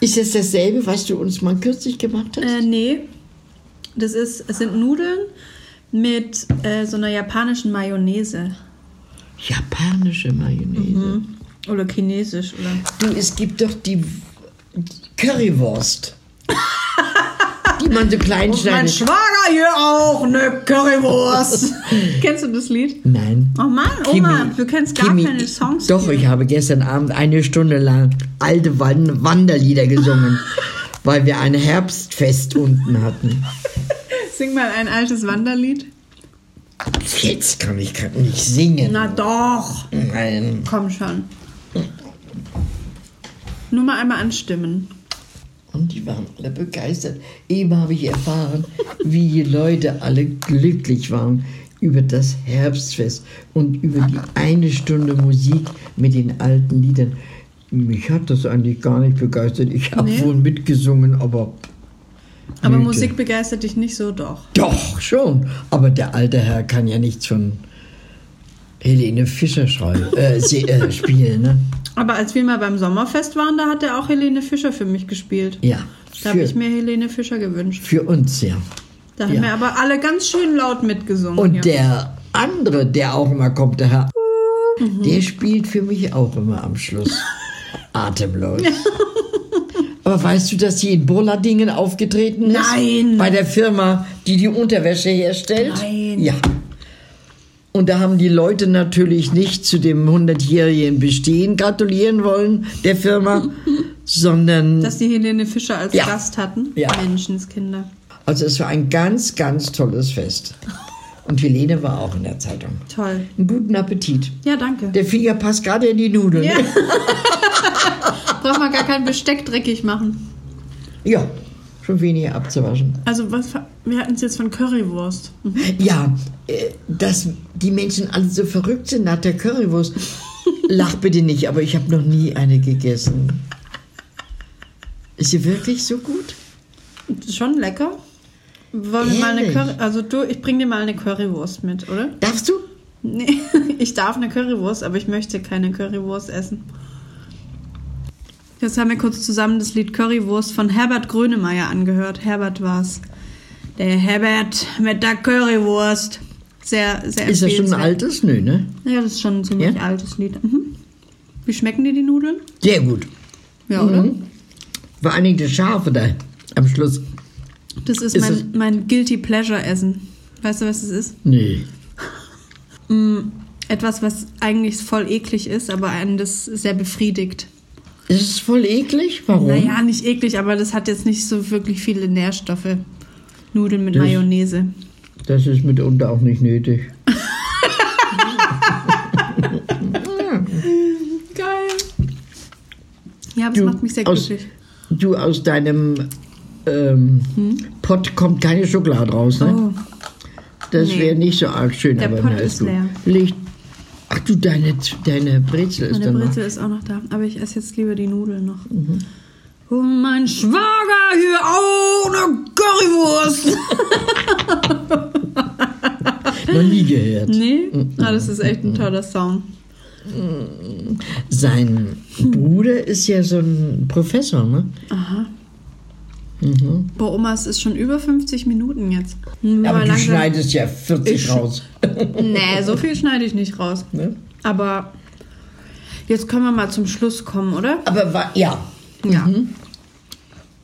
C: Ist das dasselbe, was du uns mal kürzlich gemacht hast?
B: Äh, nee. Das ist, es sind Nudeln mit äh, so einer japanischen Mayonnaise.
C: Japanische Mayonnaise.
B: Oder chinesisch, oder?
C: Du, es gibt doch die Currywurst. die man so
B: Oh,
C: klein schneidet.
B: Schwager hier auch eine Currywurst. [LAUGHS] Kennst du das Lied?
C: Nein.
B: Oh Mann, Oma, du kennst gar keine Songs.
C: Doch,
B: hier.
C: ich habe gestern Abend eine Stunde lang alte Wan- Wanderlieder
B: [LAUGHS]
C: gesungen, weil wir ein Herbstfest unten hatten.
B: Sing mal ein altes Wanderlied.
C: Jetzt kann ich grad nicht singen.
B: Na doch.
C: Nein.
B: Komm schon. Nur mal einmal anstimmen.
C: Und die waren alle begeistert. Eben habe ich erfahren, wie die Leute alle glücklich waren über das Herbstfest und über die eine Stunde Musik mit den alten Liedern. Mich hat das eigentlich gar nicht begeistert. Ich habe
B: Nee.
C: wohl mitgesungen, aber
B: Aber
C: Müde.
B: Musik begeistert dich nicht so, doch.
C: doch schon. Aber der alte Herr kann ja nichts von Helene Fischer schreiben, äh, sie, äh, spielen, ne?
B: Aber als wir mal beim Sommerfest waren, da hat er auch Helene Fischer für mich gespielt.
C: Ja.
B: Da habe
C: Für,
B: ich mir Helene Fischer gewünscht.
C: für uns, ja.
B: Da haben
C: Ja.
B: wir aber alle ganz schön laut mitgesungen.
C: Und
B: hier.
C: der andere, der auch immer kommt, der Herr,
B: Mhm. [LAUGHS]
C: der spielt für mich auch immer am Schluss atemlos. Aber weißt du, dass sie in Burladingen aufgetreten ist?
B: Nein.
C: Bei der Firma, die die Unterwäsche herstellt?
B: Nein.
C: Ja. Und da haben die Leute natürlich nicht zu dem 100-jährigen Bestehen gratulieren wollen, der
B: [LAUGHS]
C: Firma, sondern
B: Dass die Helene Fischer als
C: Ja.
B: Gast hatten.
C: Ja.
B: Menschenskinder.
C: also es war ein ganz, ganz tolles Fest. Und Helene war auch in der Zeitung.
B: Toll.
C: Einen guten Appetit.
B: Ja, danke.
C: Der Finger passt gerade in die Nudeln.
B: Ja. Braucht man gar kein Besteck dreckig machen.
C: ja. Schon weniger abzuwaschen.
E: Also was, ver- wir hatten es jetzt von Currywurst.
B: Mhm.
C: Ja, äh, dass die Menschen alle so verrückt sind nach der
B: [LAUGHS]
C: Currywurst. Lach bitte nicht, aber ich habe noch nie eine gegessen. Ist sie wirklich so gut?
B: Schon lecker. Wollen wir mal eine
C: Ehrlich?
B: Curry, also du, ich bring dir mal eine Currywurst mit, oder?
C: Darfst du?
B: Nee, [LAUGHS] ich darf eine Currywurst, aber ich möchte keine Currywurst essen. Jetzt haben wir kurz zusammen das Lied Currywurst von Herbert Grönemeyer angehört. Herbert war's. Der Herbert mit der Currywurst. Sehr, sehr
C: Ist das schon ein
B: empfehlenswert.
C: altes? Nö, ne?
B: Ja, das ist schon ein ziemlich
C: Ja?
B: altes Lied. Mhm. Wie schmecken dir die Nudeln?
C: Sehr gut.
B: Ja,
C: Mhm.
B: oder?
C: Vor allen Dingen das Schafe da am Schluss.
B: Das ist,
C: Ist es-
B: mein, mein Guilty Pleasure Essen. Weißt du, was es ist?
C: Nee.
B: Etwas, was eigentlich voll eklig ist, aber einen das sehr befriedigt.
C: Ist es voll eklig? Warum?
B: Naja, nicht eklig, aber das hat jetzt nicht so wirklich viele Nährstoffe. Nudeln mit
C: Das-
B: Mayonnaise.
C: Das ist mitunter auch nicht nötig.
B: Geil. Ja, aber es macht mich sehr
C: aus,
B: glücklich.
C: du aus deinem ähm, Pott kommt keine Schokolade raus, ne?
B: Hm? Oh,
C: Das
B: Nee.
C: wäre nicht so arg schön,
B: Der
C: aber
B: Pott
C: na,
B: ist
C: gut.
B: leer.
C: Licht. Ach du, deine, deine Brezel ist
B: meine
C: dann noch. Mhm.
B: Brezel ist auch noch da. Aber ich esse jetzt lieber die Nudeln noch. Und mein Schwager hier ohne Currywurst.
C: [LAUGHS] Noch nie gehört.
B: Nee?
C: Mhm.
B: Ah, das ist echt ein toller Song.
C: Sein Bruder ist ja so ein Professor, ne?
B: Boah, Oma, es ist schon über 50 Minuten jetzt. Hm, wir
C: aber
B: mal
C: du
B: langsam-
C: schneidest ja 40 raus.
B: Nee, so viel schneide ich nicht raus.
C: Ne?
B: Aber jetzt können wir mal zum Schluss kommen, oder?
C: Aber wa- ja,
B: Ja.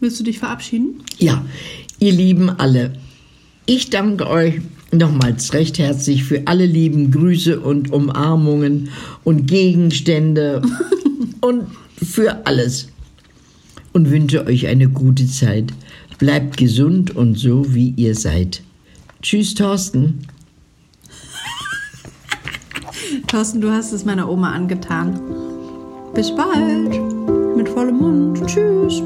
B: Willst du dich verabschieden?
C: ja, ihr Lieben alle, ich danke euch nochmals recht herzlich für alle lieben Grüße und Umarmungen und Gegenstände und für alles. und wünsche euch eine gute Zeit. Bleibt gesund und so, wie ihr seid. Tschüss, Thorsten.
B: Thorsten, du hast es meiner Oma angetan. Bis bald. Mit vollem Mund. Tschüss.